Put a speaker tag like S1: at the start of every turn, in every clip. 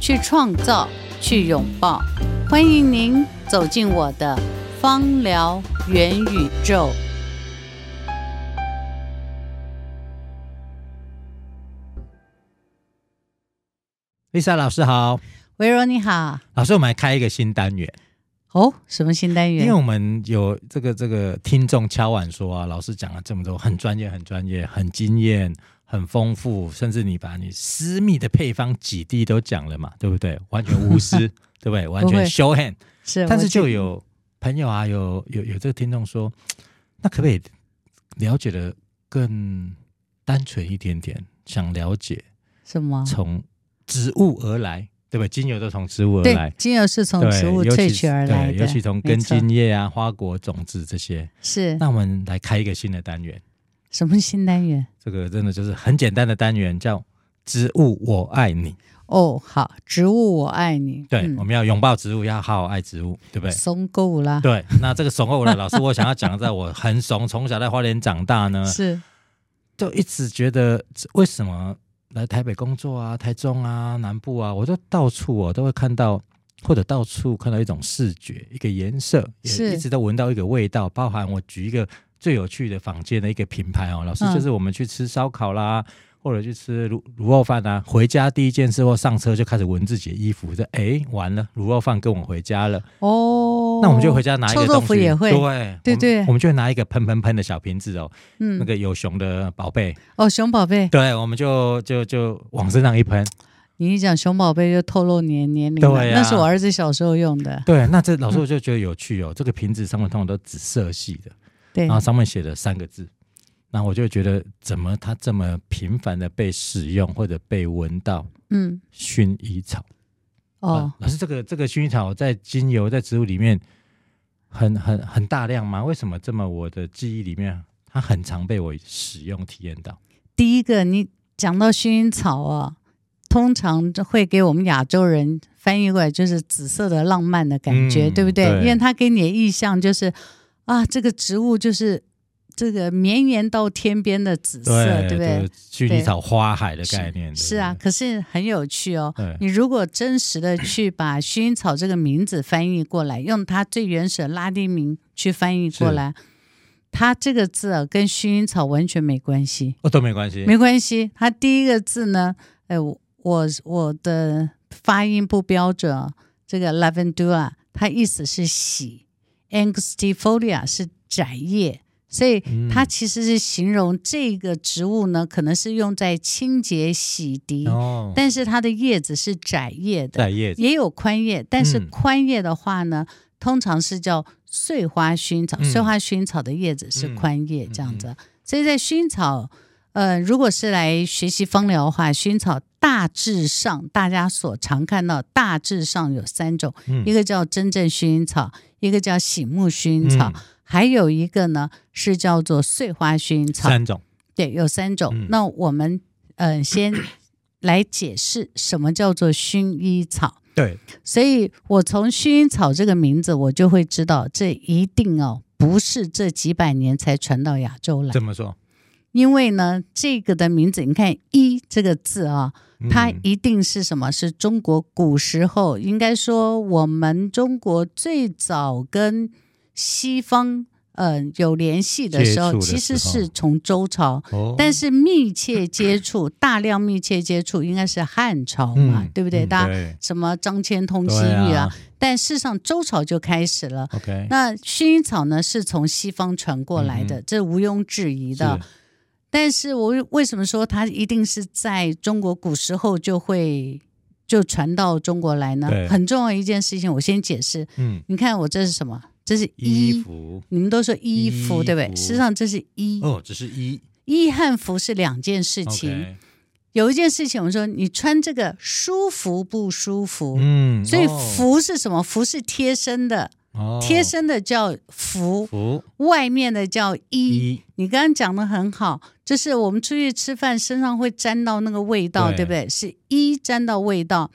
S1: 去创造、去拥抱。欢迎您走进我的芳疗元宇宙。
S2: Lisa 老师好，
S1: 维柔你好，
S2: 老师，我们来开一个新单元，
S1: 哦，什么新单
S2: 因为
S1: 元？
S2: 我们有这个这个听众敲碗说啊，老师讲了这么多，很专业，很专业，很惊艳，很丰富，甚至你把你私密的配方几滴都讲了嘛，对不对？完全 无私，对不对？完
S1: 不
S2: 全
S1: 会
S2: show hand，
S1: 是
S2: 但
S1: 我
S2: 是
S1: 记
S2: 就有朋友啊，有有有这个听众说，那可不可以了解的更单纯一点点？想了解
S1: 什么？
S2: 从植物而来，对不对？精油都从植物而来
S1: 对，，精油是从
S2: 对，
S1: 植物
S2: 尤其
S1: 萃
S2: 是
S1: 取而来的，
S2: 对尤其从
S1: 没
S2: 根
S1: 错嗯
S2: 茎叶啊、花果、种子这些。
S1: 是
S2: 那我们来开一个新的单元，
S1: 什么新单元？
S2: 这个真的就是很简单的单元，叫“植物我爱你
S1: 哦，好，植物我爱你。”。
S2: 对，
S1: 嗯
S2: 我们要拥抱植物，要好好爱植物，对不对？
S1: 松够啦，
S2: 对，那这个怂我的老师，我想要讲，在我很怂，从小在花莲长 大呢，
S1: 是
S2: 就一直觉得呃为什么来台北工作啊、台中啊、南部啊，我都到处我、都会看到，或者到处看到一种视觉、一个颜色，
S1: 是
S2: 也一直都闻到一个味道。包含我举一个最有趣的坊间的一个品牌哦，老师
S1: 嗯
S2: 就是我们去吃烧烤啦。或者去吃卤卤肉饭啊，回家第一件事或上车就开始闻自己的衣服，这哎完了，卤肉饭跟我回家了，
S1: 哦。
S2: 那我们就回家拿一
S1: 臭
S2: 个
S1: 豆腐
S2: 东西
S1: 也会对
S2: 对我们
S1: 对
S2: 我们就会拿一个喷喷喷的小瓶子哦，那
S1: 嗯
S2: 个有熊的宝贝，
S1: 哦，熊宝贝，
S2: 对，我们就就就往身上一喷。
S1: 你一讲熊宝贝就透露年年龄了，
S2: 对呀
S1: 那是我儿子小时候用的，
S2: 对，那这
S1: 嗯
S2: 老师我就觉得有趣哦。这个瓶子上面通常都紫色系的，
S1: 对
S2: 然，后上面写了三个字，那我就觉得怎么它这么频繁的被使用或者被闻到
S1: 嗯，
S2: 薰衣草？
S1: 哦
S2: 啊，老师这个这个薰衣草在精油在植物里面很很很大量吗？为什么这么我的记忆里面它很常被我使用体验到？
S1: 第一个你讲到薰衣草啊，通常会给我们亚洲人翻译过来就是紫色的浪漫的感觉，
S2: 嗯
S1: 对不对？
S2: 对
S1: 因为它给你的意象就是啊，这个植物就是这个绵延到天边的紫色，对不对？
S2: 就是薰衣
S1: 对
S2: 草花海的概念嗯
S1: 是啊，，可是很有趣哦。
S2: 对不对对
S1: 你如果真实的去把薰衣草这个名字翻译过来，用它最原始的拉丁名去翻译过来，它这个字啊跟薰衣草完全没关系，
S2: 哦都没关系，
S1: 没关系。它第一个字呢，哎，我我我的发音不标准啊，这个 lavandula 它意思是喜，angustifolia 是窄叶。所以它其实是形容这个植物呢，可能是用在清洁、洗涤、
S2: 哦，
S1: 但是它的叶子是窄叶的，
S2: 在叶子
S1: 也有宽叶，但是
S2: 嗯
S1: 宽叶的话呢，通常是叫碎花薰衣草，
S2: 嗯
S1: 碎花薰衣草的叶子是宽叶这样子。所以在薰衣草，呃，如果是来学习芳疗的话，薰衣草大致上大家所常看到，大致上有三种，
S2: 嗯
S1: 一个叫真正薰衣草，一个叫醒目薰衣
S2: 嗯
S1: 草，还有一个呢是叫做碎花薰衣草。
S2: 三种。
S1: 对，有三种。
S2: 嗯
S1: 那我们嗯、呃先 来解释什么叫做薰衣草。
S2: 对，
S1: 所以我从薰衣草这个名字，我就会知道这一定哦不是这几百年才传到亚洲来，
S2: 怎么说？
S1: 因为呢这个的名字，你看“一”这个字啊、它
S2: 嗯
S1: 一定是什么？是中国古时候，应该说我们中国最早跟西方呃有联系的时候，
S2: 接触的时
S1: 其
S2: 候
S1: 实是从周朝，
S2: 哦
S1: 但是密切接触、大量密切接触应该是汉朝嘛，对不对？大家
S2: 家
S1: 什么张骞通西
S2: 嗯对
S1: 域啊？
S2: 啊
S1: 但事实上周朝就开始了。
S2: ，OK，
S1: 那薰衣草呢是从西方传过来
S2: 嗯
S1: 的，这毋庸置疑的。
S2: 是
S1: 但是我为什么说它一定是在中国古时候就会就传到中国来呢
S2: 对？
S1: 很重要的一件事情，我先解释。
S2: 嗯，
S1: 你看我这是什么？这是
S2: 衣
S1: 衣，
S2: 服
S1: 你们都说衣
S2: 衣
S1: 服
S2: 服
S1: 对不对？实际上这是衣，
S2: 哦，只是衣
S1: 衣和服是两件事情。
S2: ，OK，
S1: 有一件事情，我们说你穿这个舒服不舒服？
S2: 嗯，
S1: 所以
S2: 哦
S1: 服是什么？服是贴身的，
S2: 哦
S1: 贴身的叫服，
S2: 服
S1: 外面的叫衣。
S2: 衣
S1: 你刚刚讲的很好，就是我们出去吃饭，身上会沾到那个味道，
S2: 对
S1: 对不对？是一沾到味道。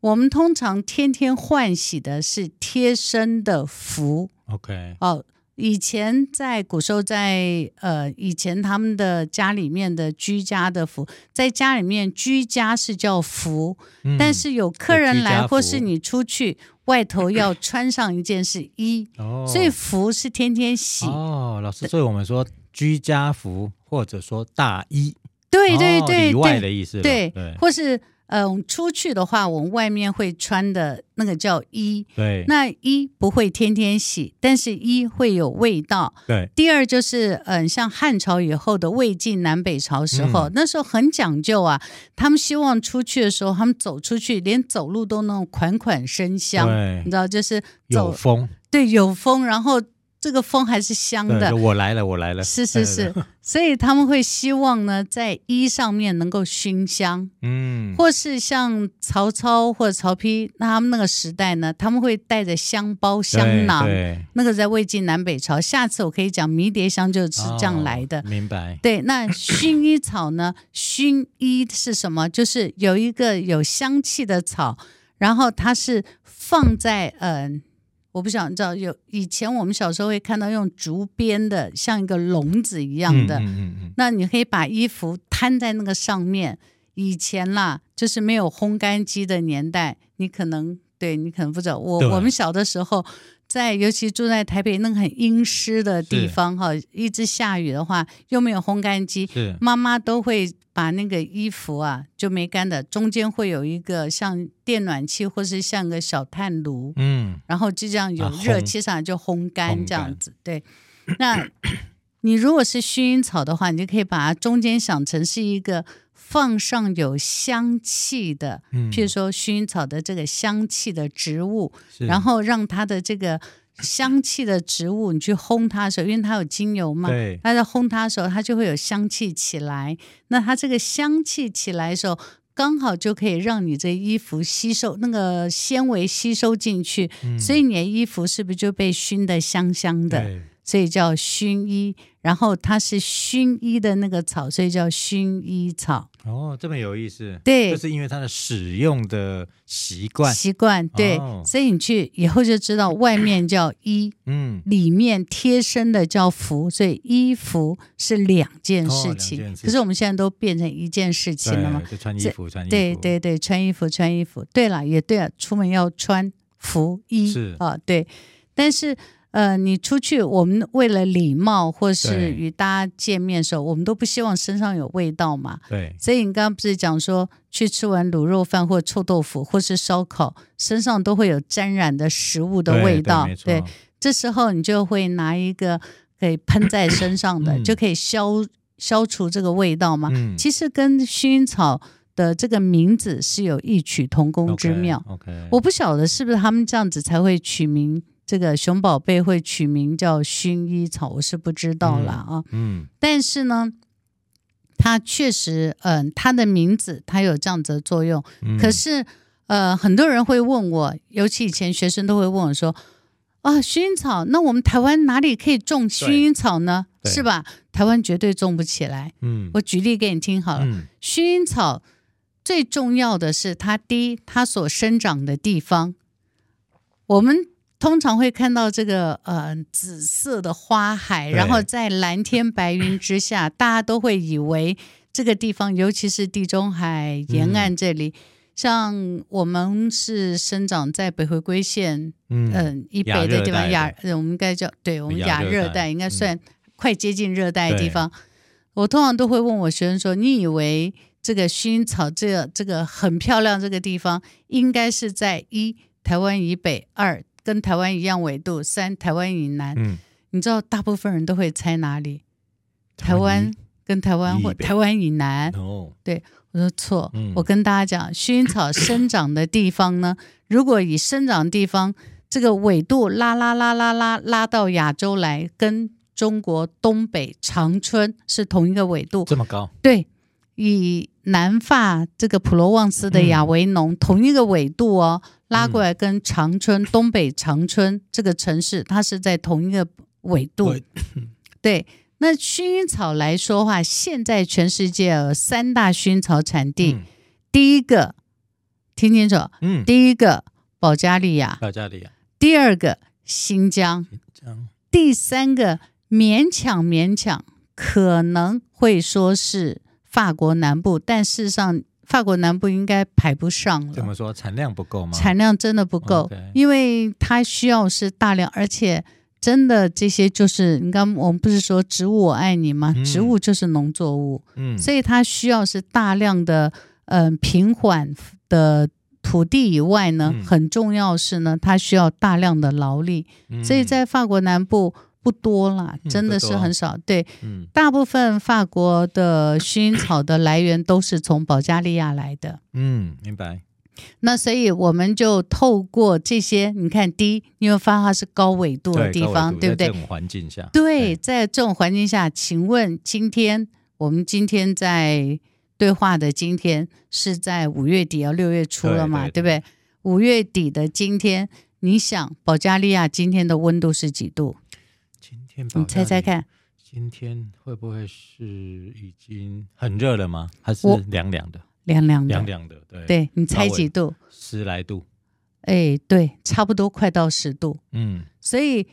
S1: 我们通常天天换洗的是贴身的服
S2: ，OK，
S1: 哦。以前在古时候在，呃以前他们的家里面的居家的服，在家里面居家是叫服，
S2: 嗯
S1: 但是有客人
S2: 有居家
S1: 来
S2: 服
S1: 或是你出去外头要穿上一件是衣，
S2: 哦，
S1: 所以服是天天洗。
S2: 哦，老师，所以我们说居家服或者说大衣，
S1: 对对
S2: 哦
S1: 对
S2: 里
S1: 对
S2: 外的意思了，
S1: 对，
S2: 对
S1: 或是呃，我们出去的话，我们外面会穿的那个叫衣，
S2: 对，
S1: 那衣不会天天洗，但是衣会有味道。
S2: 对
S1: 第二就是，嗯、像汉朝以后的魏晋南北朝时
S2: 嗯
S1: 候，那时候很讲究啊，他们希望出去的时候，他们走出去，连走路都那种款款生香，你
S2: 对，
S1: 知道，就是
S2: 有
S1: 走
S2: 风，
S1: 对有风，然后这个风还是香
S2: 对，
S1: 的
S2: 就，我来了，我来了，
S1: 是
S2: 对
S1: 是是，， 所以他们会希望呢，在衣上面能够熏香。
S2: 嗯，
S1: 或是像曹操或者曹丕，那他们那个时代呢，他们会带着香包、香
S2: 对
S1: 囊，
S2: 对
S1: 那个在魏晋南北朝。下次我可以讲迷迭香就是这样来的。
S2: 哦明白，
S1: 对，那薰衣草呢？薰衣是什么？就是有一个有香气的草，然后它是放在嗯、我不想知道有以前我们小时候会看到用竹编的，像一个笼子一样的，
S2: 嗯嗯嗯
S1: 那你可以把衣服摊在那个上面。以前啦，就是没有烘干机的年代，你可能对你可能不知道，
S2: 对
S1: 我我们小的时候，在尤其住在台北那个很阴湿的地
S2: 是
S1: 方哈，一直下雨的话，又没有烘干机，
S2: 嗯，
S1: 妈妈都会把那个衣服啊就没干的，中间会有一个像电暖器或是像个小炭炉，
S2: 是，嗯，
S1: 然后就这样有
S2: 啊
S1: 热
S2: 烘
S1: 气上来就烘干
S2: 烘
S1: 这样
S2: 干
S1: 子。对， 那你如果是薰衣草的话，你就可以把它中间想成是一个放上有香气的，
S2: 嗯
S1: 譬如说薰衣草的这个香气的植物，
S2: 是
S1: 然后让它的这个香气的植物，你去烘它的时候，因为它有精油嘛，
S2: 对，
S1: 它在烘它的时候，它就会有香气起来。那它这个香气起来的时候，刚好就可以让你这衣服吸收那个纤维吸收进去，
S2: 嗯
S1: 所以你的衣服是不是就被熏得香香的？
S2: 对
S1: 所以叫熏衣。然后它是熏衣的那个草，所以叫薰衣草。
S2: 哦，这么有意思，
S1: 对
S2: 就是因为它的使用的习惯，
S1: 习惯对，
S2: 哦
S1: 所以你去以后就知道，外面叫衣，
S2: 嗯，
S1: 里面贴身的叫服，所以衣服是两件
S2: 哦
S1: 事
S2: 两
S1: 情。
S2: 件事
S1: 可是我们现在都变成一件事情了嘛
S2: 对，？就穿衣
S1: 这
S2: 服，穿衣服，
S1: 对对对，穿衣服穿衣服。对了，也对了，啊出门要穿服衣
S2: 是
S1: 啊，对。但是呃，你出去，我们为了礼貌或
S2: 对
S1: 是与大家见面的时候，我们都不希望身上有味道嘛。
S2: 对，
S1: 所以你刚刚不是讲说，去吃完卤肉饭或臭豆腐或是烧烤，身上都会有沾染的食物的
S2: 对
S1: 味
S2: 对
S1: 道
S2: 没，错
S1: 对。这时候你就会拿一个可以喷在身上的，
S2: 嗯
S1: 就可以消消除这个味道嘛。
S2: 嗯
S1: 其实跟薰衣草的这个名字是有异曲同工之妙。
S2: ，OK，
S1: 我不晓得是不是他们这样子才会取名这个熊宝贝会取名叫薰衣草，我是不知道啦啊。
S2: 嗯
S1: 但是呢，它确实，嗯、它的名字它有这样子的作用。
S2: 嗯
S1: 可是，呃，很多人会问我，尤其以前学生都会问我说：“啊，薰衣草，那我们台湾哪里可以种薰衣草呢？
S2: 对
S1: 是吧？台湾绝对种不起来。
S2: 嗯”
S1: 我呃举例给你听好了，
S2: 嗯
S1: 薰衣草最重要的是它第一，它所生长的地方，我们。通常会看到这个呃紫色的花海，
S2: 对
S1: 然后在蓝天白云之下，大家都会以为这个地方，尤其是地中海沿岸这里，像我们是生长在北回归线，
S2: 嗯
S1: 嗯，以北的地方
S2: 亚
S1: 亚
S2: 热，
S1: 呃我们应该叫对，我们亚
S2: 亚热
S1: 热
S2: 带
S1: 带应该
S2: 嗯
S1: 算快接近热带的地
S2: 对
S1: 方。我通常都会问我学生说：“你以为这个薰衣草这个这个很漂亮这个地方，应该是在一台湾以北，二跟台湾一样纬度，三台湾以南。
S2: 嗯，
S1: 你知道大部分人都会猜哪里？台湾跟台湾
S2: 以
S1: 或
S2: 北
S1: 台湾以南。
S2: 哦，
S1: 我说错，
S2: 嗯
S1: 我跟大家讲，薰衣草生长的地方呢，如果以生长地方这个纬度拉拉拉拉拉拉到亚洲来，跟中国东北长春是同一个纬度，
S2: 这么高，
S1: 对，以南法这个普罗旺斯的
S2: 嗯
S1: 亚维农、同一个纬度哦，拉过来跟长春、东北长春这个城市，它是在同一个纬度
S2: 纬。
S1: 对，那薰衣草来说话，现在全世界有三大薰衣草产地，
S2: 嗯
S1: 第一个听清楚，
S2: 嗯，
S1: 第一个保加利亚，
S2: 到家里啊，
S1: 第二个新疆，
S2: 这样
S1: 第三个勉强勉强可能会说是法国南部，但事实上法国南部应该排不上
S2: 怎
S1: 了，
S2: 么说产量不够吗？哦
S1: 产量真的不够
S2: OK，
S1: 因为它需要是大量，而且真的这些就是你刚我们不是说植物我爱你吗？
S2: 嗯
S1: 植物就是农作物，
S2: 嗯，
S1: 所以它需要是大量的嗯、呃平缓的土地以外呢，
S2: 嗯
S1: 很重要是呢，它需要大量的劳力，
S2: 嗯
S1: 所以在法国南部不多啦，
S2: 嗯
S1: 真的
S2: 不
S1: 是
S2: 多
S1: 很少。对，
S2: 嗯
S1: 大部分法国的薰衣草的来源都是从保加利亚来的。
S2: 嗯，明白，
S1: 那所以我们就透过这些，你看，第一，你会发现它是高纬度的
S2: 对
S1: 地
S2: 高纬
S1: 方，
S2: 度
S1: 对不
S2: 在
S1: 对
S2: 这？种环境下，
S1: 对，在这种环境下，请问今天我们今天在对话的今天是在五月底要六月初了嘛，
S2: 对对
S1: 不对？五月底的今天，你想保加利亚今天的温度是几度？
S2: 今天
S1: 你
S2: 保
S1: 猜
S2: 加
S1: 猜
S2: 利亚
S1: 看，
S2: 今天会不会是已经很热了吗？还是
S1: 我
S2: 凉凉的？
S1: 凉凉的，
S2: 凉凉的，对，
S1: 对你
S2: 稍
S1: 猜
S2: 微
S1: 几度？
S2: 十来度，
S1: 哎，对，差不多快到十度。
S2: 嗯
S1: 所以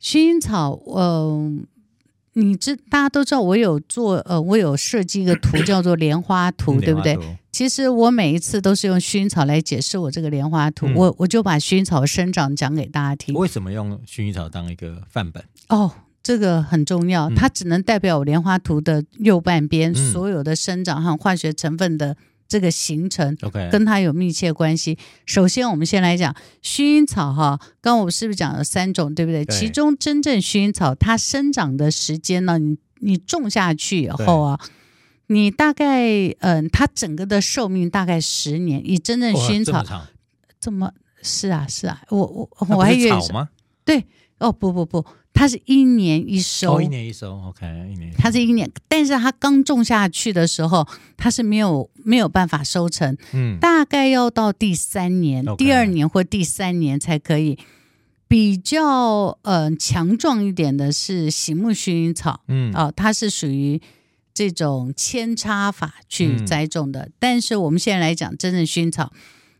S1: 薰衣草，嗯、你知大家都知道，我有做，呃，我有设计一个图叫做莲花
S2: 嗯
S1: 图，对不对？？其实我每一次都是用薰衣草来解释我这个莲花图，
S2: 嗯
S1: 我我就把薰衣草生长讲给大家听。
S2: 为什么用薰衣草当一个范本？
S1: 哦，这个很重要，
S2: 嗯
S1: 它只能代表我莲花图的右半边、
S2: 嗯
S1: 所有的生长和化学成分的这个形成。
S2: OK，
S1: 跟它有密切关系。首先，我们先来讲薰衣草哈，刚刚我们是不是讲了三种，对不对？
S2: 对
S1: 其中真正薰衣草它生长的时间呢，你你种下去以后啊，你大概嗯，它整个的寿命大概十年。以真正
S2: 哦
S1: 薰衣草
S2: 草，
S1: 这么是啊是啊，我我
S2: 它不
S1: 我还
S2: 是
S1: 以为
S2: 草
S1: 是
S2: 吗？
S1: 哦不不不，它是一年一收，
S2: 哦，一年一收，OK，一年一收，
S1: 它是一年，但是它刚种下去的时候，它是没有没有办法收成。
S2: 嗯
S1: 大概要到第三年、
S2: OK
S1: 第二年或第三年才可以。比较呃强壮一点的是醒目薰衣草
S2: 嗯
S1: 哦，它是属于这种扦插法去
S2: 嗯
S1: 栽种的。但是我们现在来讲真正薰衣草，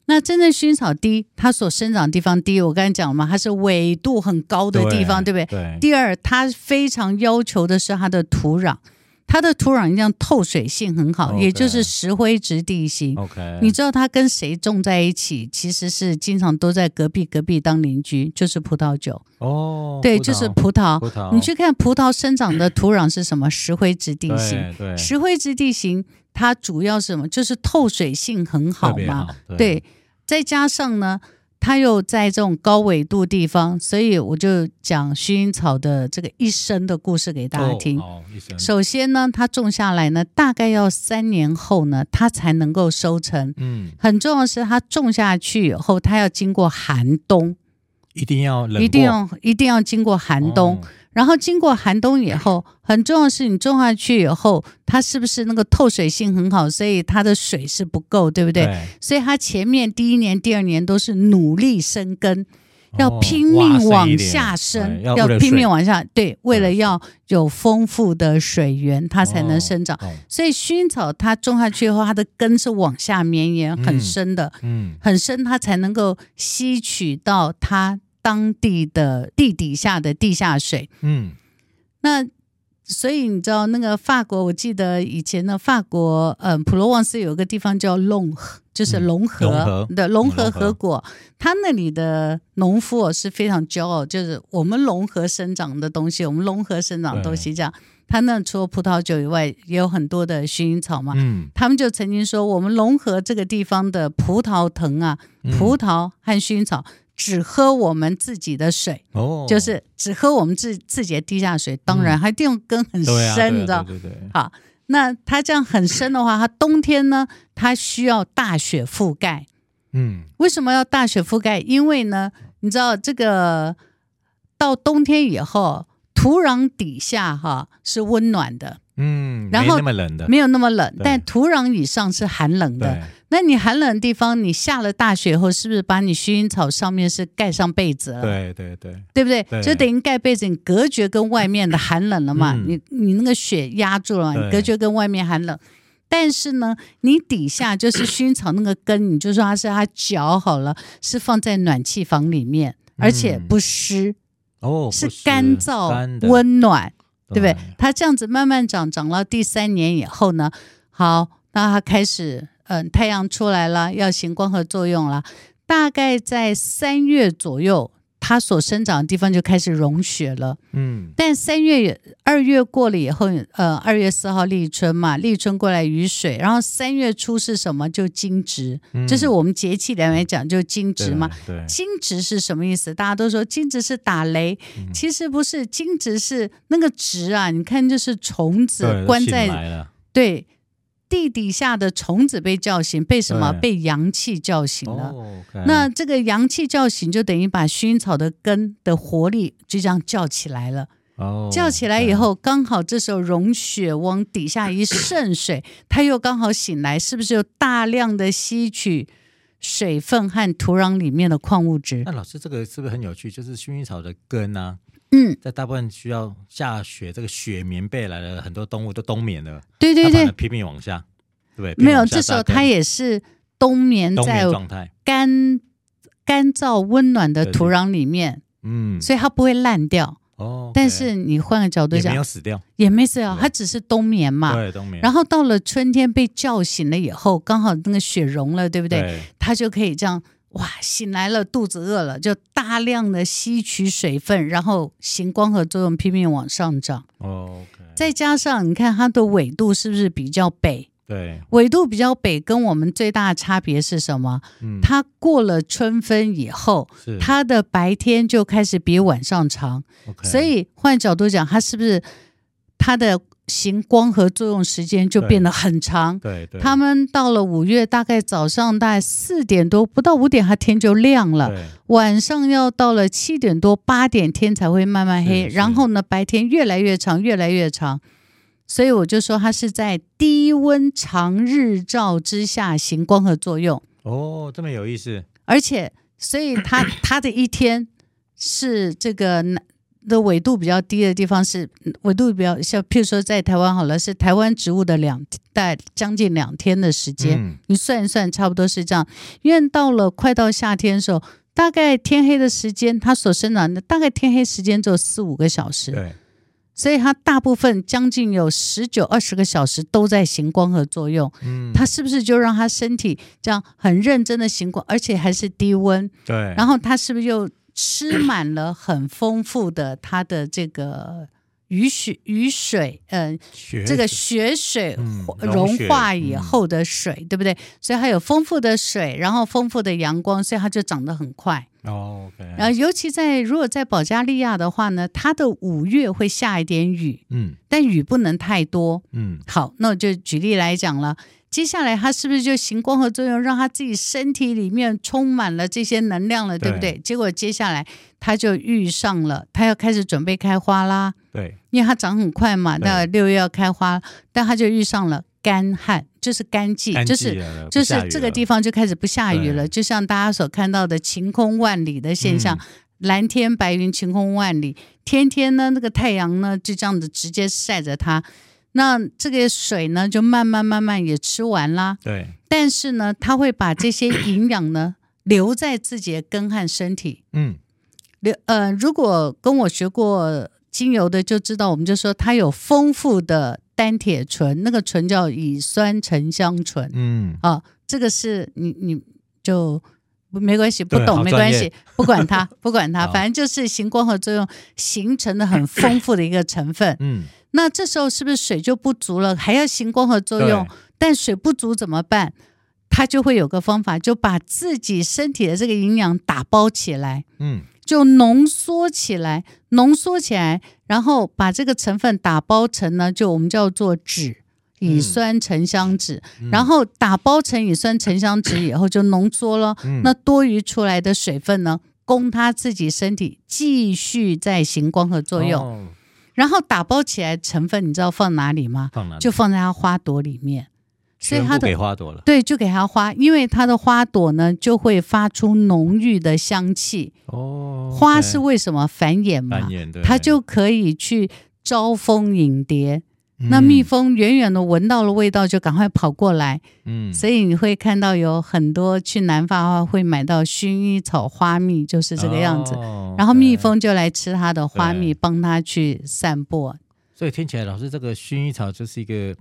S1: 那真正薰衣草第一，它所生长的地方第一，我刚才讲了嘛，它是纬度很高的地方，对不对？
S2: 对，
S1: 第二，它非常要求的是它的土壤，它的土壤一定要透水性很好
S2: OK
S1: 也就是石灰质地形。
S2: OK，
S1: 你知道他跟谁种在一起，其实是经常都在隔壁隔壁当邻居，就是葡萄酒，
S2: 哦，
S1: 对，
S2: 葡
S1: 就是
S2: 萄
S1: 葡萄。
S2: 葡萄，
S1: 你去看葡萄生长的土壤是什么？石灰质地形。
S2: 对对，
S1: 石灰质地形它主要是什么？就是透水性很
S2: 特
S1: 好
S2: 别
S1: 嘛。
S2: 好，
S1: 对，再加上呢，它又在这种高纬度地方，所以我就讲薰衣草的这个一生的故事给大家
S2: 哦
S1: 听。
S2: 好一生
S1: 首先呢，它种下来呢，大概要三年后呢，它才能够收成。
S2: 嗯，
S1: 很重要的是，它种下去以后，它要经过寒冬，
S2: 一定要冷
S1: 一定
S2: 过
S1: 要一定要经过寒冬。
S2: 哦
S1: 然后经过寒冬以后，很重要的是，你种下去以后，它是不是那个透水性很好？所以它的水是不够，对不对？
S2: 对，
S1: 所以它前面第一年、第二年都是努力生根，要
S2: 哦
S1: 拼命
S2: 哇塞一
S1: 往
S2: 点
S1: 下
S2: 对
S1: 生，
S2: 要
S1: 要
S2: 为了
S1: 拼
S2: 水
S1: 命往下，对，为了
S2: 水
S1: 要有丰富的水源，它才能
S2: 哦
S1: 生长。
S2: 哦
S1: 所以薰衣草它种下去以后，它的根是往下绵延很
S2: 嗯
S1: 深的，
S2: 嗯，
S1: 很深，它才能够吸取到它当地的地底下的地下水。
S2: 嗯，
S1: 那所以你知呃道那个法国，我记得以前的法国，嗯，普罗旺斯有个地方叫 Long，就是
S2: 嗯
S1: 龙
S2: 融
S1: 河
S2: 合
S1: 的龙
S2: 嗯
S1: 河
S2: 融
S1: 河
S2: 合
S1: 果，他那里的农夫哦是非常骄傲，就是我们龙河生长的东西，我们龙河生长的东西这样。他那除了葡萄酒以外，也有很多的薰衣草嘛。
S2: 嗯，
S1: 他们就曾经说，我们龙河这个地方的葡萄藤啊，
S2: 嗯
S1: 葡萄和薰衣草只喝我们自己的水，
S2: 哦，
S1: 就是只喝我们自自己的地下水。当然，
S2: 嗯
S1: 还定根很
S2: 对啊，
S1: 深，你
S2: 对
S1: 知道
S2: 啊？对对对，
S1: 好，那它这样很深的话，它冬天呢，它需要大雪覆盖。
S2: 嗯，
S1: 为什么要大雪覆盖？因为呢，你知道这个到冬天以后，土壤底下哈是温暖的，
S2: 嗯，
S1: 然
S2: 没
S1: 后
S2: 那么冷的，
S1: 没有那么冷，
S2: 对
S1: 但土壤以上是寒冷的。
S2: 对，
S1: 那你寒冷的地方，你下了大雪后，是不是把你薰衣草上面是盖上被子了？
S2: 对对对，
S1: 对不对？
S2: 对
S1: 就等于盖被子，你隔绝跟外面的寒冷了嘛，
S2: 嗯
S1: 你你那个雪压住了嘛，
S2: 对
S1: 你隔绝跟外面寒冷。但是呢，你底下就是薰衣草那个根，你就说它是它脚好了，是放在暖气房里面，而且不湿，
S2: 嗯哦，
S1: 是
S2: 不
S1: 干
S2: 干
S1: 燥
S2: 的
S1: 温暖，对不
S2: 嗯
S1: 对？它这样子慢慢长，长到第三年以后呢，好，那它开始，嗯、太阳出来了，要行光合作用了。大概在三月左右，它所生长的地方就开始融雪了。
S2: 嗯，
S1: 但三月也二月过了以后，呃，二月四号立春嘛，立春过来雨水，然后三月初是什么？就惊蛰，
S2: 嗯
S1: 这是我们节气来讲，就惊
S2: 对
S1: 蛰嘛。？
S2: 对，
S1: 惊蛰是什么意思？大家都说惊蛰是打雷，
S2: 嗯
S1: 其实不是，惊蛰是那个蛰啊，你看就是虫子
S2: 对
S1: 关
S2: 醒
S1: 在
S2: 来了
S1: 对地底下的虫子被叫醒，被什么？
S2: 对
S1: 被阳气叫醒了。
S2: 哦，OK，
S1: 那这个阳气叫醒，就等于把薰衣草的根的活力就这样叫起来了。
S2: 哦
S1: 叫起来以，后，刚好这时候融雪往底下一渗水，它又刚好醒来，是不是有大量的吸取水分和土壤里面的矿物质
S2: 对？那老师这个是不是很有趣？就是薰衣草的根啊，
S1: 嗯，
S2: 在大部分需要下雪，这个雪棉被来了，很多动物都冬眠了，
S1: 对对
S2: 它反
S1: 对
S2: 而，拼命往下，对不对？
S1: 没有，
S2: 拼命往下
S1: 这时候
S2: 扎根
S1: 它也是冬眠
S2: 冬
S1: 在
S2: 眠状态，
S1: 干干燥温暖的土壤里面，
S2: 嗯，
S1: 所以它不会烂掉。
S2: 哦，
S1: 但是你换个角度
S2: 也
S1: 讲
S2: 没有，死掉，
S1: 也没事啊，
S2: 对
S1: 它只是冬眠嘛。
S2: 对，冬眠，
S1: 啊然
S2: 后
S1: 后到了春天被叫醒了以后，刚好那个雪融了，对不对？
S2: 对，
S1: 它就可以这样哇，醒来了，肚子饿了，就大量的吸取水分，然后行光合作用拼命往上涨。
S2: 哦，OK，
S1: 再加上你看它的纬度是不是比较北？
S2: 对，
S1: 纬度比较北，跟我们最大的差别是什么？
S2: 嗯，
S1: 它过了春分以后，
S2: 是
S1: 它的白天就开始比晚上长，
S2: ，OK，
S1: 所以换角度讲，它是不是它的行光合作用时间就
S2: 对
S1: 变得很长？
S2: 对对，
S1: 他们到了五月，大概早上大概四点多，不到五点，它天就亮了。
S2: 对
S1: 晚上要到了七点多、八点，天才会慢慢黑。
S2: 是是
S1: 然后呢，白天越来越长，越来越长。所以我就说，它是在低温长日照之下行光合作用，
S2: 哦，这么有意思，
S1: 而且，所以 它它的一天是这个南的纬度比较低的地方是纬度比较像，譬如说在台湾好了，是台湾植物的两大概将近两天的时间。
S2: 嗯
S1: 你算一算，差不多是这样。因为到了快到夏天的时候，大概天黑的时间，它所生长的大概天黑时间只有四五个小时，
S2: 对，
S1: 所以它大部分将近有十九二十个小时都在行光合作用。
S2: 嗯，
S1: 它是不是就让它身体这样很认真的行光，而且还是低温？
S2: 对，
S1: 然后它是不是又吃满了很丰富的它的这个雨水雨水？嗯、
S2: 学
S1: 这个
S2: 习
S1: 雪水
S2: 嗯
S1: 化
S2: 融
S1: 融
S2: 雪
S1: 化以
S2: 嗯
S1: 后的水，对不对？所以它有丰富的水，然后丰富的阳光，所以它就长得很快。
S2: 哦，OK，
S1: 然后，尤其在如果在保加利亚的话呢，它的五月会下一点雨，
S2: 嗯
S1: 但雨不能太多。
S2: 嗯，
S1: 好，那我就举例来讲了。接下来，它是不是就行光合作用，让它自己身体里面充满了这些能量了，对不
S2: 对
S1: 对？结果接下来，它就遇上了，它要开始准备开花啦。
S2: 对，
S1: 因为它长很快嘛，
S2: 对
S1: 那六月要开花，但它就遇上了干旱，就是干季，
S2: 干
S1: 就
S2: 季
S1: 是
S2: 了
S1: 就
S2: 不下
S1: 是
S2: 雨
S1: 这个
S2: 了
S1: 地方就开始不下雨
S2: 对嗯
S1: 了，就像大家所看到的晴空万里的现象，蓝天白云，晴空万里，天天呢那个太阳呢就这样子直接晒着它。那这个水呢，就慢慢慢慢也吃完啦，
S2: 对，
S1: 但是呢，它会把这些营养呢留在自己的根和身体，
S2: 嗯，
S1: 留呃，如果跟我学过精油的就知道，我们就说它有丰富的单铁醇，那个醇叫乙酸沉香醇
S2: 嗯，
S1: 啊。这个是你你就不没关系，不
S2: 对
S1: 懂
S2: 好
S1: 没
S2: 专
S1: 关
S2: 业
S1: 系，不管它，不管它，
S2: 好
S1: 反正就是行光合作用形成的很丰富的一个成分。
S2: 嗯，
S1: 那这时候是不是水就不足了？还要行光合作
S2: 对
S1: 用，但水不足怎么办？它就会有个方法，就把自己身体的这个营养打包起来，
S2: 嗯，
S1: 就浓缩起来，浓缩起来，然后把这个成分打包成呢，就我们叫做酯。
S2: 嗯
S1: 乙酸沉香酯，然后打包成乙酸沉香酯以后就浓缩了，
S2: 嗯
S1: 那多余出来的水分呢，供它自己身体继续再行光合作用。
S2: 哦
S1: 然后打包起来成分，你知道放哪里吗？
S2: 放哪里？
S1: 就放在它花朵里面，所以
S2: 全
S1: 它
S2: 部给
S1: 的
S2: 花朵了。
S1: 对就给它花，因为它的花朵呢就会发出浓郁的香气。
S2: 哦，
S1: 花
S2: OK
S1: 是为什么繁衍
S2: 繁
S1: 嘛？
S2: 衍对，
S1: 它就可以去招蜂引蝶。
S2: 嗯
S1: 那蜜蜂远远的闻到了味道，就赶快跑过来。
S2: 嗯，
S1: 所以你会看到有很多去南法的话会买到薰衣草花蜜，就是这个样子。
S2: 哦
S1: 然后
S2: 对
S1: 蜜蜂就来吃它的花
S2: 对
S1: 蜜，帮它去散播。
S2: 所以听起来，老师这个薰衣草就是一个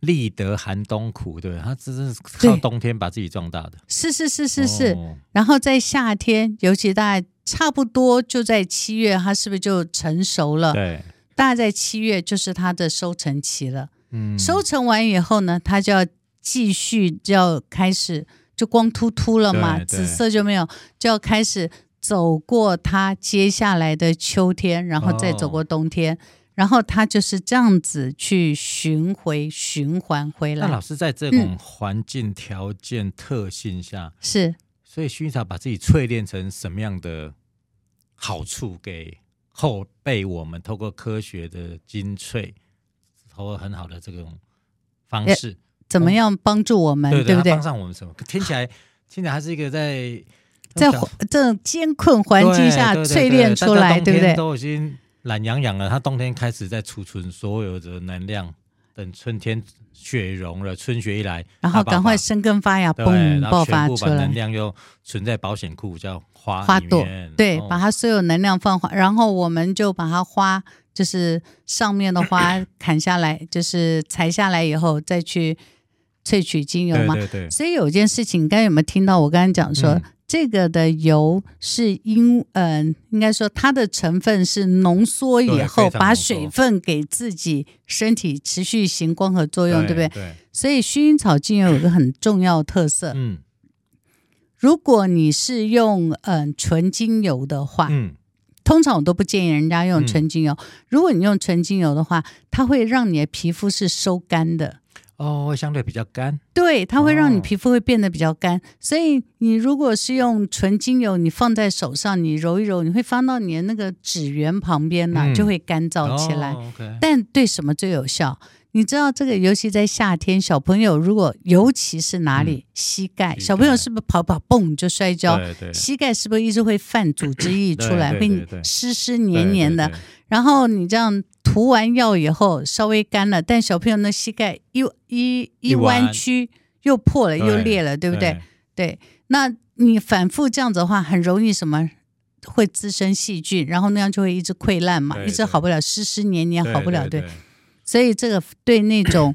S2: 立得寒冬苦，对不对，它真的是靠
S1: 对
S2: 冬天把自己壮大的，
S1: 是是是是是。
S2: 哦
S1: 然后在夏天，尤其大概差不多就在七月，它是不是就成熟了？
S2: 对，
S1: 大概在七月就是它的收成期了。
S2: 嗯，
S1: 收成完以后呢，它就要继续就要开始就光秃秃了嘛，
S2: 对对
S1: 紫色就没有，就要开始走过它接下来的秋天，然后再走
S2: 哦
S1: 过冬天，然后它就是这样子去巡回循环回
S2: 那老
S1: 来。嗯
S2: 师在这种环境条件特性下，
S1: 是
S2: 所以薰衣草把自己淬炼成什么样的好处给后辈我们？透过科学的精粹，透过很好的这种方
S1: 呃
S2: 式，
S1: 怎么样帮助我们，
S2: 嗯对
S1: 不
S2: 它
S1: 嗯对
S2: 帮？上我们什么？听起来听起来还是一个在
S1: 在
S2: 讲
S1: 环这种艰困环境下
S2: 对对对
S1: 淬炼出
S2: 大家
S1: 来，
S2: 冬
S1: 对不
S2: 天
S1: 对？
S2: 都已经懒洋洋了，它冬天开始在储存所有的能量，等春天雪融了，春雪一来，
S1: 然后
S2: 大爆发
S1: 赶快生根发芽，
S2: 对不对，
S1: 嘣，
S2: 然后
S1: 爆
S2: 全
S1: 发
S2: 部
S1: 出
S2: 把能
S1: 来。
S2: 量又存在保险库，叫花
S1: 花
S2: 啊里
S1: 朵
S2: 面
S1: 对，
S2: 哦
S1: 把它所有能量放花，然后我们就把它花，就是上面的 花砍下来，就是裁下来以后再去萃取精油
S2: 对
S1: 嘛。
S2: 对对，
S1: 所以有一件事情，你刚才有没有听到？我刚才讲说，
S2: 嗯
S1: 这个的油是因，嗯、应该说它的成分是浓缩以
S2: 对
S1: 后，
S2: 非常
S1: 把
S2: 浓缩
S1: 水分给自己身体持续行光合作用，对不对？
S2: 对？
S1: 所以薰衣草精油有一个很重要的特色，
S2: 嗯
S1: 如果你是用嗯、纯精油的话，
S2: 嗯，
S1: 通常我都不建议人家用
S2: 嗯
S1: 纯精油。如果你用纯精油的话，它会让你的皮肤是收干的，
S2: 哦，会相对比较干，
S1: 对，它会让你
S2: 哦
S1: 皮肤会变得比较干。所以你如果是用纯精油，你放在手上，你揉一揉，你会放到你的那个指缘旁边呢、
S2: 嗯
S1: 就会干燥起来。
S2: 哦，OK，
S1: 但对什么最有效？你知道这个，尤其在夏天，小朋友如果尤其是哪里、膝盖，
S2: 嗯膝
S1: 小朋友
S2: 盖
S1: 是不是跑跑蹦就摔跤？
S2: 对对，
S1: 膝盖是不是一直会泛组织液出来，
S2: 对
S1: 会
S2: 对对对
S1: 湿湿
S2: 对
S1: 黏
S2: 对
S1: 黏的？
S2: 对
S1: 然后你这样涂完药以后稍微干了，但小朋友的膝盖一一
S2: 一
S1: 一
S2: 弯
S1: 弯曲又破了
S2: 对
S1: 又裂了，对不对？？对，那你反复这样子的话，很容易什么？会滋生细菌，然后那样就会一直溃烂嘛，
S2: 对
S1: 一直好不了，湿湿黏黏好不了，
S2: 对，
S1: 所以这个对那种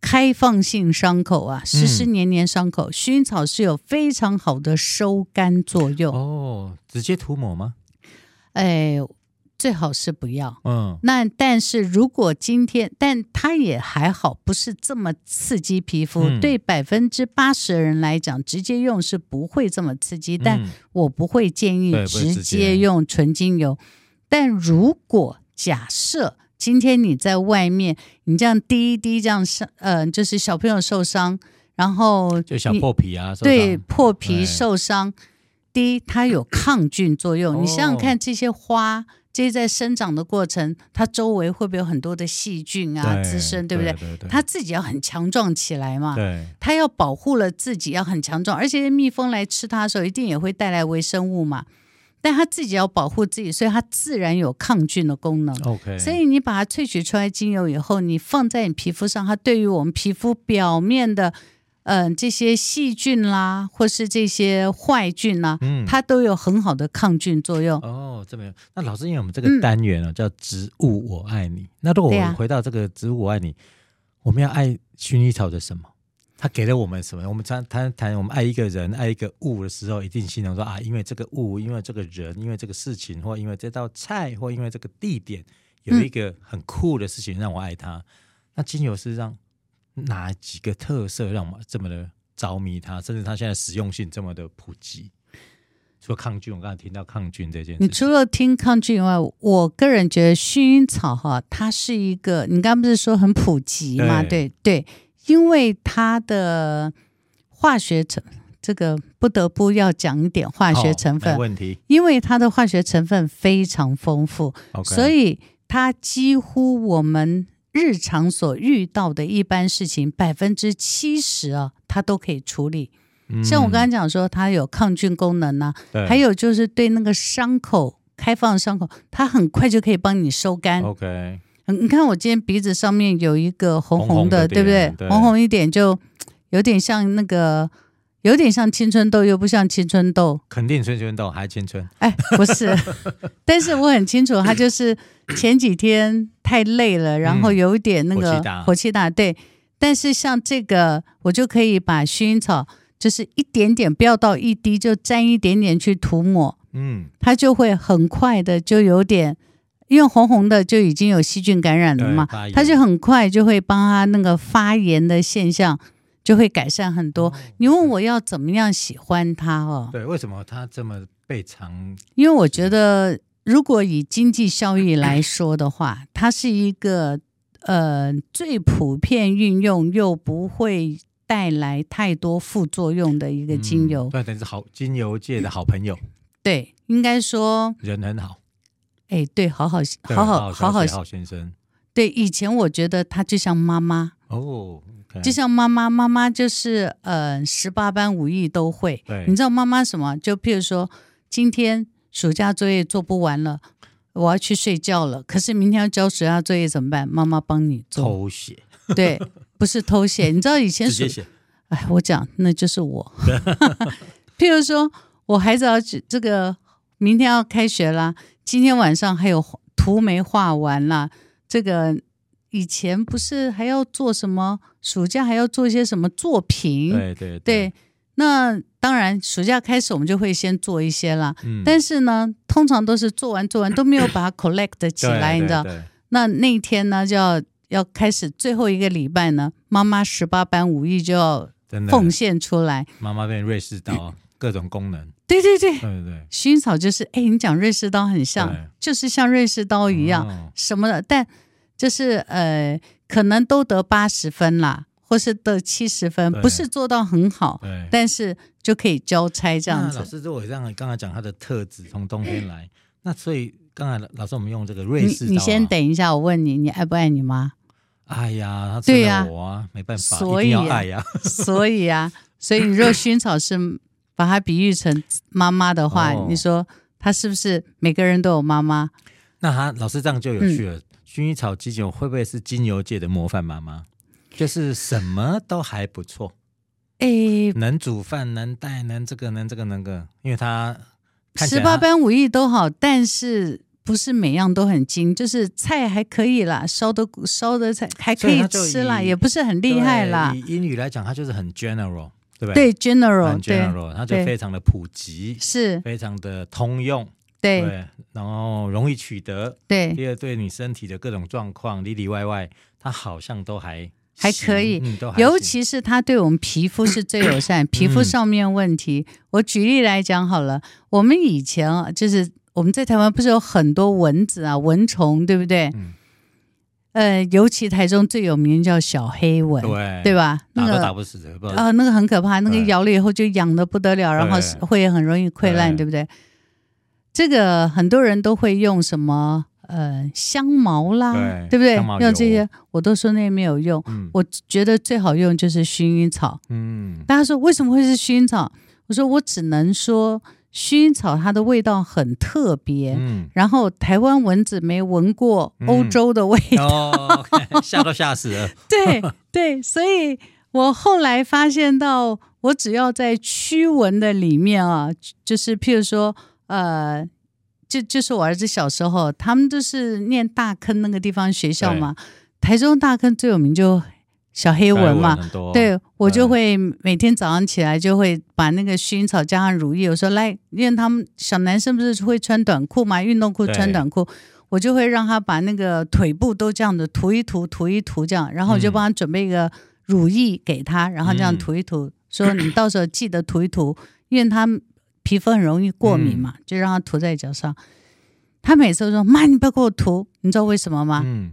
S1: 开放性伤口啊，
S2: 嗯
S1: 湿湿黏黏伤口，薰衣草是有非常好的收干作用。
S2: 哦，直接涂抹吗？
S1: 哎，最好是不要。
S2: 嗯，
S1: 那但是如果今天，但它也还好，不是这么刺激皮肤。
S2: 嗯
S1: 对百分之八十的人来讲，直接用是不会这么刺激，但
S2: 嗯
S1: 我不会建议
S2: 对不会
S1: 直
S2: 直
S1: 接
S2: 接
S1: 用纯精油。但如果假设今天你在外面，你这样滴一滴这样伤，呃，就是小朋友受伤，然后
S2: 就小
S1: 你
S2: 破皮啊，受
S1: 对
S2: 伤
S1: 破皮
S2: 对
S1: 受伤，第一它有抗菌作
S2: 哦
S1: 用。你想想看，这些花这些在生长的过程，它周围会不会有很多的细菌啊滋生，对不
S2: 对
S1: 对？？
S2: 对
S1: 它自己要很强壮起来嘛。
S2: 对
S1: 它要保护了自己，要很强壮，而且蜜蜂来吃它的时候，一定也会带来微生物嘛。但它自己要保护自己，所以它自然有抗菌的功能。
S2: OK，
S1: 所以你把它萃取出来精油以后，你放在你皮肤上，它对于我们皮肤表面的，嗯、这些细菌啦，或是这些坏菌啦，
S2: 嗯
S1: 它都有很好的抗菌作用。
S2: 哦，这边那老师，因为我们这
S1: 嗯
S2: 个单元呢、叫“植物我爱你”，那如果
S1: 对
S2: 我
S1: 啊
S2: 们回到这个“植物我爱你”，我们要爱薰衣草的什么？他给了我们什么？我们常谈谈我们爱一个人、爱一个物的时候，一定心中说啊，因为这个物，因为这个人，因为这个事情，或因为这道菜，或因为这个地点，有
S1: 嗯
S2: 一个很酷的事情让我爱他。那精油是让哪几个特色让我们这么的着迷它，甚至它现在实用性这么的普及？说抗菌，我刚才听到抗菌这件
S1: 你
S2: 事情，
S1: 除了听抗菌以外，我个人觉得薰衣草哈，它是一个，你刚刚不是说很普及嘛？
S2: 对
S1: 对对，因为它的化学成，这个不得不要讲一点化学成
S2: 好
S1: 分
S2: 哦没，问题
S1: 因为它的化学成分非常丰富，
S2: ，OK，
S1: 所以它几乎我们日常所遇到的一般事情，百分之七十啊，它都可以处理。像
S2: 嗯
S1: 我刚才讲说，它有抗菌功能呐、
S2: 才
S1: 还有就是对那个伤口开放的伤口，它很快就可以帮你收干。
S2: 哦 OK，
S1: 嗯你看我今天鼻子上面有一个红
S2: 红红的
S1: 的，对不
S2: 点
S1: 对？
S2: 对
S1: 红红一点就有点像那个，有点像青春痘，又不像青春痘。
S2: 肯定春春豆还青春，
S1: 哎，不是， 但是我很清楚，他就是前几天太累了，然后
S2: 嗯
S1: 有一点那
S2: 火
S1: 个
S2: 气大
S1: 火气大，对。但是像这个，我就可以把薰衣草，就是一点点，不要到一滴，就沾一点点去涂抹，
S2: 嗯，
S1: 它就会很快的就有点，因为红红的就已经有细菌感染了
S2: 对
S1: 嘛
S2: 发炎，
S1: 它就很快就会帮它那个发炎的现象就会改善很
S2: 哦
S1: 多。你问我要怎么样喜欢它哦？
S2: 对，为什么它这么被常
S1: 因为我觉得，如果以经济效益来说的话，它是一个呃最普遍运用又不会带来太多副作用的一个精油。
S2: 嗯对，等于是好精油界的好朋友，
S1: 对，应该说，
S2: 人很好，
S1: 哎，对，好好
S2: 对
S1: 好好
S2: 好
S1: 好好，
S2: 好先生
S1: 对，以前我觉得它就像妈妈，
S2: 哦，OK，
S1: 就像妈妈，妈妈就是呃十八般武艺都会。
S2: 对
S1: 你知道妈妈什么？就譬如说，今天暑假作业做不完了，我要去睡觉了。可是明天要交暑假作业怎么办？妈妈帮你做。
S2: 偷血，
S1: 对，不是 偷写。你知道以前
S2: 直
S1: 暑
S2: 接写，
S1: 哎，我讲那就是我。 譬如说，我孩子要去这个，明天要开学啦，今天晚上还有图没画完啦。这个以前不是还要做什么？暑假还要做一些什么作品？
S2: 对对
S1: 对，，那当然，暑假开始我们就会先做一些啦。
S2: 嗯
S1: 但是呢，通常都是做完做完都没有 把它 collect 起来，
S2: 对
S1: 你知道？
S2: 对对
S1: 那那一天呢，就要要开始最后一个礼拜呢，妈妈十八般武艺就要
S2: 真的
S1: 奉献出来。
S2: 妈妈变瑞士
S1: 嗯
S2: 刀，各种功能，
S1: 对对对，
S2: 对对对，
S1: 薰衣草就是，哎，你讲瑞士刀很
S2: 对
S1: 像，就是像瑞士刀一样、
S2: 哦
S1: 什么的，但就是呃，可能都得八十分啦，或是得七十分，
S2: 对
S1: 不是做到很好，
S2: 对。
S1: 但是就可以交差这样
S2: 那老
S1: 子。嗯
S2: 师，如果让你刚才讲它的特质，从冬天来，那所以刚才老老师我们用这个瑞士刀、啊
S1: 你你先，等一下，我问你，你爱不爱你妈？
S2: 哎呀，他
S1: 对
S2: 吃
S1: 呀
S2: 了我啊，没办法，
S1: 所
S2: 一定要
S1: 以啊
S2: 爱呀、
S1: 所以啊，所以你若薰草是把它比喻成妈妈的话，
S2: 哦
S1: 你说她是不是每个人都有妈妈？
S2: 那他老师这样就有趣
S1: 嗯
S2: 了，薰衣草基酒会不会是精油界的模范妈妈？就是什么都还不错，
S1: 哎，
S2: 能煮饭，能带，能这个，能这个，能个，因为他看起
S1: 十
S2: 来啊
S1: 八
S2: 她
S1: 般武艺都好，但是。不是每样都很精，就是菜还可以啦，烧的烧的菜还可
S2: 所以她就
S1: 吃啦，
S2: 以
S1: 也不是很厉害啦
S2: 对。以英语来讲，他就是很 general，对不
S1: 对
S2: 对？
S1: ，general，
S2: 很
S1: 对，
S2: general，他就
S1: 对
S2: 非常的普及，
S1: 是，
S2: 非常的通用，
S1: 对，
S2: 对，然后容易取得。
S1: 对，
S2: 第二，对你身体的各种状况里里外外，它好像都还
S1: 还可以
S2: 行嗯都还
S1: 尤
S2: 行
S1: 其是它对我们皮肤是最友 善。皮肤上面问题，我举例来讲好了，我们以前啊，就是我们在台湾不是有很多蚊子啊、蚊虫，对不对？
S2: 嗯
S1: 呃，尤其台中最有名叫小黑蚊，
S2: 对
S1: 吧？
S2: 打
S1: 那
S2: 都
S1: 个
S2: 打不死的，不知道
S1: 啊、那个很可怕，那个
S2: 对
S1: 咬了以后就痒的不得了，然后是
S2: 对
S1: 会很容易溃烂，
S2: 对
S1: 对不对？这个很多人都会用什么呃香茅啦，
S2: 对
S1: 不对
S2: 香茅？
S1: 用这
S2: 油
S1: 些，我都说那些没有用。
S2: 嗯
S1: 我觉得最好用就是薰衣草。
S2: 嗯，
S1: 大家说为什么会是薰衣草？我说我只能说薰衣草它的味道很特别，
S2: 嗯，
S1: 然后台湾蚊子没闻过
S2: 嗯
S1: 欧洲的味道，
S2: 哦，吓都吓死了，
S1: 对对，所以我后来发现到，我只要在驱蚊的里面啊，就是譬如说，呃，就就是我儿子小时候，他们就是念大坑那个地方学校嘛，台中大坑最有名就小黑蚊啊嘛，
S2: 很多，
S1: 对我就
S2: 嗯
S1: 会每天早上起来就会把那个薰衣草加上乳液，我说来，因为他们小男生不是会穿短裤嘛，运动裤
S2: 对
S1: 穿短裤，我就会让他把那个腿部都这样子涂一涂，涂一涂这样，然后我就
S2: 嗯
S1: 帮他准备一个乳液给他，然后这样
S2: 嗯
S1: 涂一涂，说你到时候记得涂一涂，因为他皮肤很容易过
S2: 嗯
S1: 敏嘛，就让他涂在脚上。他每次都说妈，你不要给我涂，你知道为什么吗？
S2: 嗯，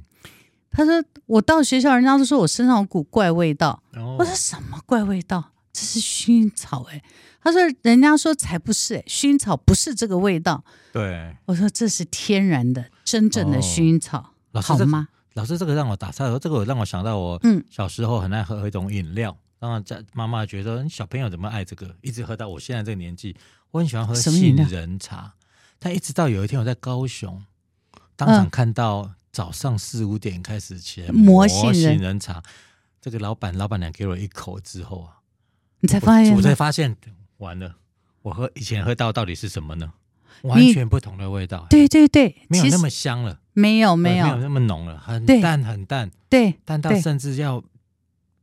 S1: 他说我到学校，人家都说我身上有股怪味道。
S2: 然后
S1: 我说什么怪味道？这是薰衣草哎、他说人家说才不是、欸，薰衣草不是这个味道。
S2: 对，
S1: 我说这是天然的，真正的
S2: 哦
S1: 薰衣草，
S2: 老师
S1: 好
S2: 这
S1: 吗？
S2: 老师这个让我打岔了，这个让我想到我
S1: 嗯
S2: 小时候很爱喝一种饮料，然后家妈妈觉得你嗯小朋友怎么爱这个，一直喝到我现在这个年纪，我很喜欢喝
S1: 什么饮
S2: 杏
S1: 料
S2: 仁茶，但一直到有一天我在高雄，当场
S1: 嗯
S2: 看到早上四五点开始起来
S1: 磨
S2: 杏
S1: 杏仁
S2: 茶，这个老板老板娘给了我一口之后啊，
S1: 你才
S2: 我
S1: 发现
S2: 我才
S1: 吗，
S2: 发现完了，我喝以前喝到到底是什么呢？
S1: 你
S2: 完全不同的味道，
S1: 对对对，
S2: 没有
S1: 其
S2: 那
S1: 实
S2: 么香了，
S1: 没有
S2: 对
S1: 没
S2: 有
S1: 有
S2: 那么浓了，很
S1: 对
S2: 淡很淡。
S1: 对
S2: 淡到
S1: 对
S2: 甚至要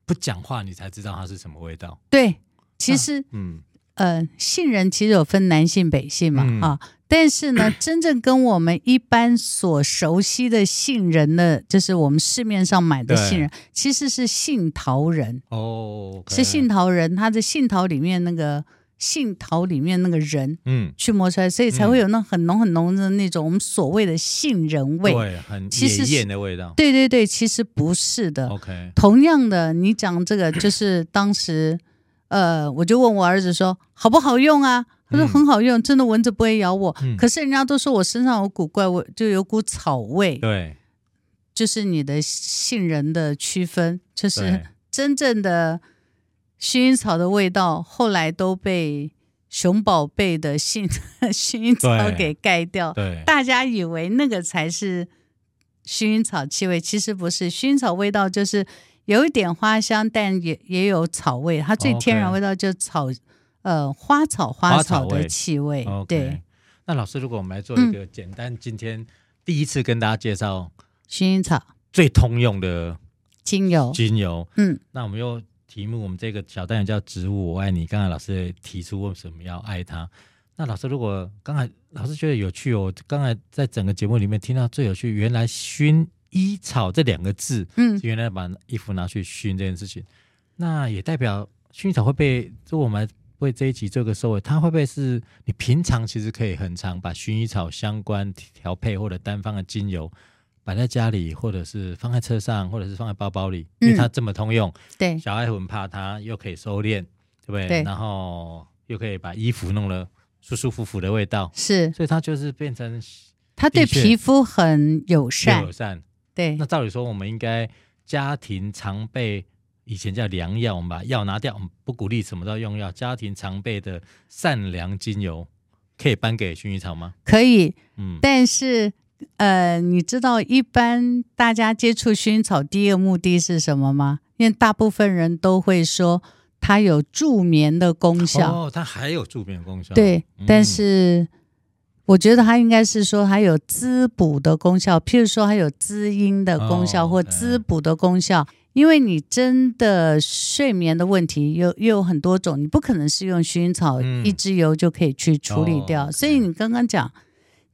S2: 不讲话，你才知道它是什么味道。
S1: 对，其实
S2: 嗯，
S1: 呃，杏仁其实有分南杏北杏嘛、
S2: 嗯
S1: 啊，但是 呢，真正跟我们一般所熟悉的杏仁的，就是我们市面上买的
S2: 对
S1: 杏仁，其实是杏桃仁。
S2: 哦，OK
S1: 是杏，桃仁，它的杏桃里面那个杏桃里面那个仁
S2: 嗯，
S1: 去磨出来，所以才
S2: 嗯
S1: 会有那很浓很浓的那种我们所谓的杏仁味。
S2: 对，很
S1: 其实
S2: 野
S1: 是
S2: 艳的味道。
S1: 对对对，其实不是的。
S2: OK，
S1: 同样的，你讲这个就是当时，呃，我就问我儿子说好不好用啊？他说
S2: 嗯
S1: 很好用，真的蚊子不会咬我。
S2: 嗯
S1: 可是人家都说我身上有股怪味，就有股草味，
S2: 对，
S1: 就是你的杏仁的区分，就是
S2: 对，
S1: 真正的薰衣草的味道，后来都被熊宝贝的杏 薰衣草
S2: 对
S1: 给盖掉。
S2: 对，
S1: 大家以为那个才是薰衣草气味，其实不是。薰衣草味道就是有一点花香，但也也有草味。它最
S2: OK
S1: 天然味道就是草呃花草花
S2: 哦花草
S1: 草的
S2: 味
S1: 气味。对嗯
S2: OK，。那老师，如果我们来做一个简单，今天第一次跟大家介绍
S1: 薰衣草
S2: 最通用的
S1: 精油，
S2: 精油，
S1: 嗯，
S2: 那我们又题目，我们这个小单元叫“植物我爱你”。刚才老师也提出为什么要爱它。那老师，如果刚才老师觉得有趣哦，我刚才在整个节目里面听到最有趣，原来薰衣草这两个字，
S1: 嗯
S2: 是原来把衣服拿去熏这件事情，那也代表薰衣草会被，就我们来为这一集做个收尾，它会不会是你平常其实可以很常把薰衣草相关调配或者单方的精油摆在家里，或者是放在车上，或者是放在包包里，因为它这么通用，
S1: 对
S2: 小爱很怕它又可以收敛，对不对？
S1: 对
S2: 然后又可以把衣服弄得舒舒服服的味道，
S1: 是
S2: 所以它就是变成
S1: 它对
S2: 的确
S1: 皮肤很友善
S2: 友，善。
S1: 对
S2: 那照理说，我们应该家庭常备，以前叫良药，我们把药拿掉，我们不鼓励什么都要用药。家庭常备的善良精油，可以颁给薰衣草吗？
S1: 可以。
S2: 嗯，
S1: 但是，呃，你知道一般大家接触薰衣草第一个目的是什么吗？因为大部分人都会说它有助眠的功效，
S2: 哦，它还有助眠功效。
S1: 啊对，
S2: 嗯
S1: 但是。我觉得它应该是说它有滋补的功效，譬如说它有滋阴的功效
S2: 哦
S1: 或
S2: 对
S1: 滋补的功效，因为你真的睡眠的问题有又有很多种，你不可能是用薰衣草
S2: 嗯
S1: 一支油就可以去处理
S2: 哦
S1: 掉，
S2: ，OK
S1: 所以你刚刚讲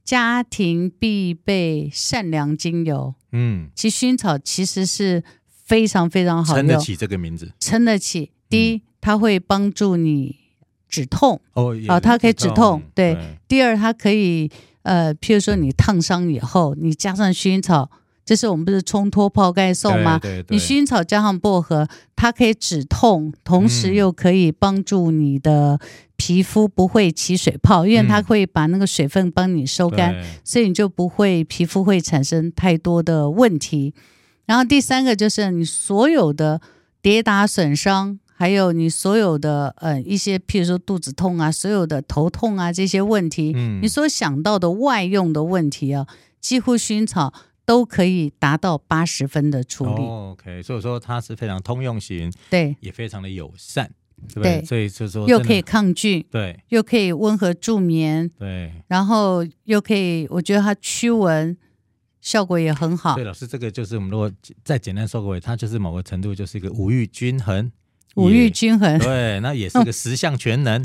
S1: 家庭必备善良精油，
S2: 嗯，
S1: 其实薰衣草其实是非常非常好
S2: 撑
S1: 用，
S2: 得起这嗯个名字
S1: 撑得起。第一，它会帮助你止痛；
S2: 哦
S1: 哦它可以止痛对第二，它可以呃，譬如说你烫伤以后，你加上薰衣草，这是我们不是冲脱泡盖送吗？
S2: 对对
S1: 你薰衣草加上薄荷，它可以止痛，同时又可以帮助你的皮肤不会起水泡，因为它
S2: 嗯
S1: 会把那个水分帮你收干，
S2: 对
S1: 所以你就不会皮肤会产生太多的问题。然后第三个就是你所有的跌打损伤，还有你所有的呃一些，譬如说肚子痛啊，所有的头痛啊这些问题，
S2: 嗯
S1: 你所想到的外用的问题啊，几乎薰衣草都可以达到八十分的处理。
S2: 哦 OK，所以说它是非常通用型，
S1: 对，
S2: 也非常的友善，对不对？
S1: 对
S2: 所以就是说
S1: 又
S2: 真的
S1: 可以抗菌，
S2: 对
S1: 又可以温和助眠，
S2: 对
S1: 然后又可以，我觉得它驱蚊。效果也很好
S2: 对，。老师，这个就是我们如果再简单说个，它就是某个程度就是一个五欲均衡，
S1: 五
S2: 也
S1: 育均嗯衡，
S2: 对，那也是个十项全能，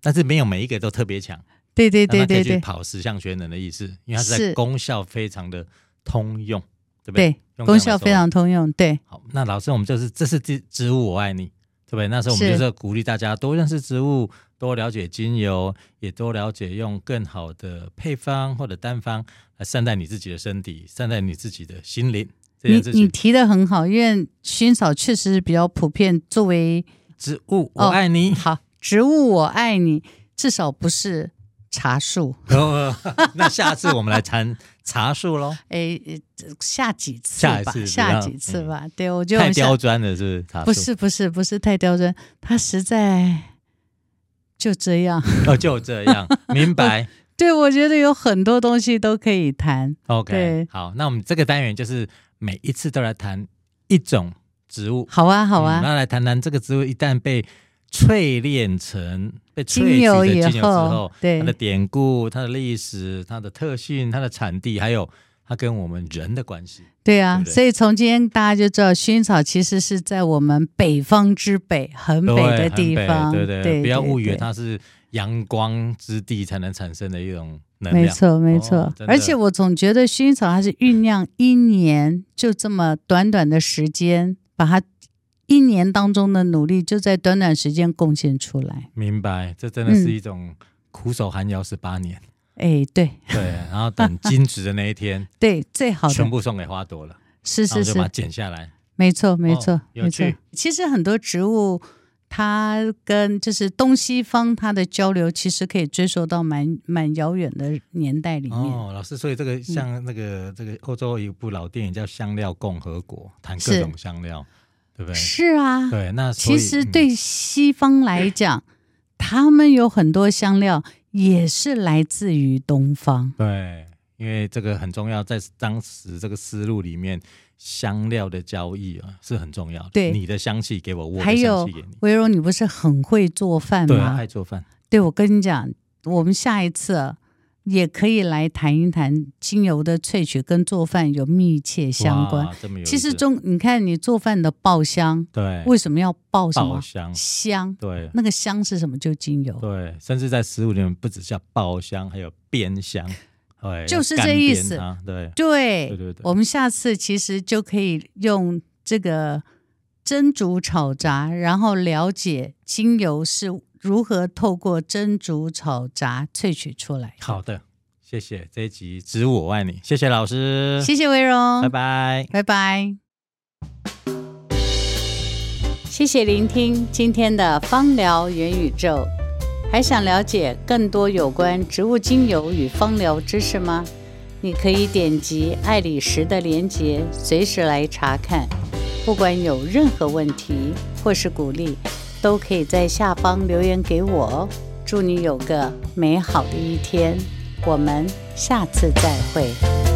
S2: 但是没有每一个都特别强，
S1: 对对
S2: 让
S1: 对
S2: 他可以
S1: 对
S2: 去
S1: 对
S2: 跑十项全能的意思，因为它是
S1: 是
S2: 在功效非常的通用，对不对
S1: 对，功
S2: 啊
S1: 效非常通用。对，
S2: 好。那老师，我们就是这是植植物我爱你，对不对？那时候我们
S1: 是
S2: 就是要鼓励大家多认识植物，多了解精油，也多了解用更好的配方或者单方来善待你自己的身体，善待你自己的心灵。这
S1: 你
S2: 件事
S1: 你
S2: 情，
S1: 提的很好，因为薰草确实是比较普遍，作为
S2: 植物我
S1: 哦
S2: 爱你。
S1: 好植物，我爱你，至少不是茶树。
S2: 哦， 那下次我们来谈茶树 喽。
S1: 诶，呃这下几次
S2: 下一
S1: 吧
S2: 次，比
S1: 下
S2: 较
S1: 几次
S2: 嗯
S1: 吧。对，我觉得我
S2: 太
S1: 们下
S2: 刁钻了，是不是？茶树
S1: 不是不是不是太刁钻，他实在就这样。
S2: 哦，就这样，明白。
S1: 对，我觉得有很多东西都可以谈。
S2: OK，
S1: 对
S2: 好，那我们这个单元就是每一次都来谈一种植物，
S1: 好啊，好啊，
S2: 嗯那来谈谈这个植物一旦被淬炼成被萃取
S1: 精油
S2: 的精
S1: 以
S2: 油之
S1: 后
S2: 后，
S1: 对
S2: 它的典故、它的历史、它的特性、它的产地，还有它跟我们人的关系。
S1: 对啊
S2: 对不，对
S1: 所以从今天大家就知道，薰草其实是在我们北方之北，很
S2: 对
S1: 北的
S2: 很
S1: 地
S2: 北
S1: 方。
S2: 对
S1: 对
S2: 不要误以为
S1: 对
S2: 它是阳光之地才能产生的一种能量。
S1: 没错，没错。
S2: 哦真的
S1: 而且我总觉得薰衣草它是酝酿一年，就这么短短的时间，把它一年当中的努力，就在短短时间贡献出来。
S2: 明白，这真的是
S1: 嗯
S2: 一种苦守寒窑十 八年，
S1: 哎，对
S2: 对，然后等金值的那一天，
S1: 对，最 好
S2: 全
S1: 的
S2: 部送给花朵了，
S1: 是
S2: 然后
S1: 是
S2: 就把它
S1: 是，
S2: 剪下来，
S1: 没错没错、
S2: 哦有
S1: 没错
S2: 趣。
S1: 其实很多植物，它跟就是东西方它的交流，其实可以追溯到蛮蛮遥远的年代里面。嗯
S2: 哦，老师，所以这个像那个、这个欧洲有一部老电影叫《香料共和国》，谈各
S1: 是
S2: 种香料，对不对？
S1: 是啊，
S2: 对，那所以
S1: 其实
S2: 嗯
S1: 对西方来 讲，他们有很多香料也是来自于东方。
S2: 对，因为这个很重要，在当时这个思路里面，香料的交易啊是很重要的。
S1: 对
S2: 你的香气给我，我
S1: 还
S2: 的香
S1: 有
S2: 气给你。
S1: 维柔，你不是很会做饭
S2: 对啊，
S1: 吗？
S2: 爱做饭，
S1: 对，我跟你讲，我们下一次啊也可以来谈一谈精油的萃取跟做饭有密切相关。
S2: 哇，这么有意思。
S1: 其实中，你看你做饭的爆香，
S2: 对
S1: 为什么要爆什
S2: 爆
S1: 么
S2: 香，
S1: 香？
S2: 对
S1: 那个香是什么？就精油。
S2: 对，甚至在食物里面不只叫爆香，还有煸香，对，
S1: 就是
S2: 要
S1: 这
S2: 干
S1: 意
S2: 煸
S1: 思
S2: 它对，
S1: 对
S2: 对对对
S1: 我们下次其实就可以用这个蒸煮炒炸，然后了解精油是如何透过蒸煮炒炸萃取出来。
S2: 好的，谢谢这一集《植物我爱你》，谢谢老师，
S1: 谢谢维荣，
S2: 拜，拜。
S1: 拜拜。谢谢聆听今天的芳疗元宇宙。还想了解更多有关植物精油与芳疗知识吗？你可以点击爱理石的连结，随时来查看。不管有任何问题或是鼓励，都可以在下方留言给我哦。祝你有个美好的一天，我们下次再会。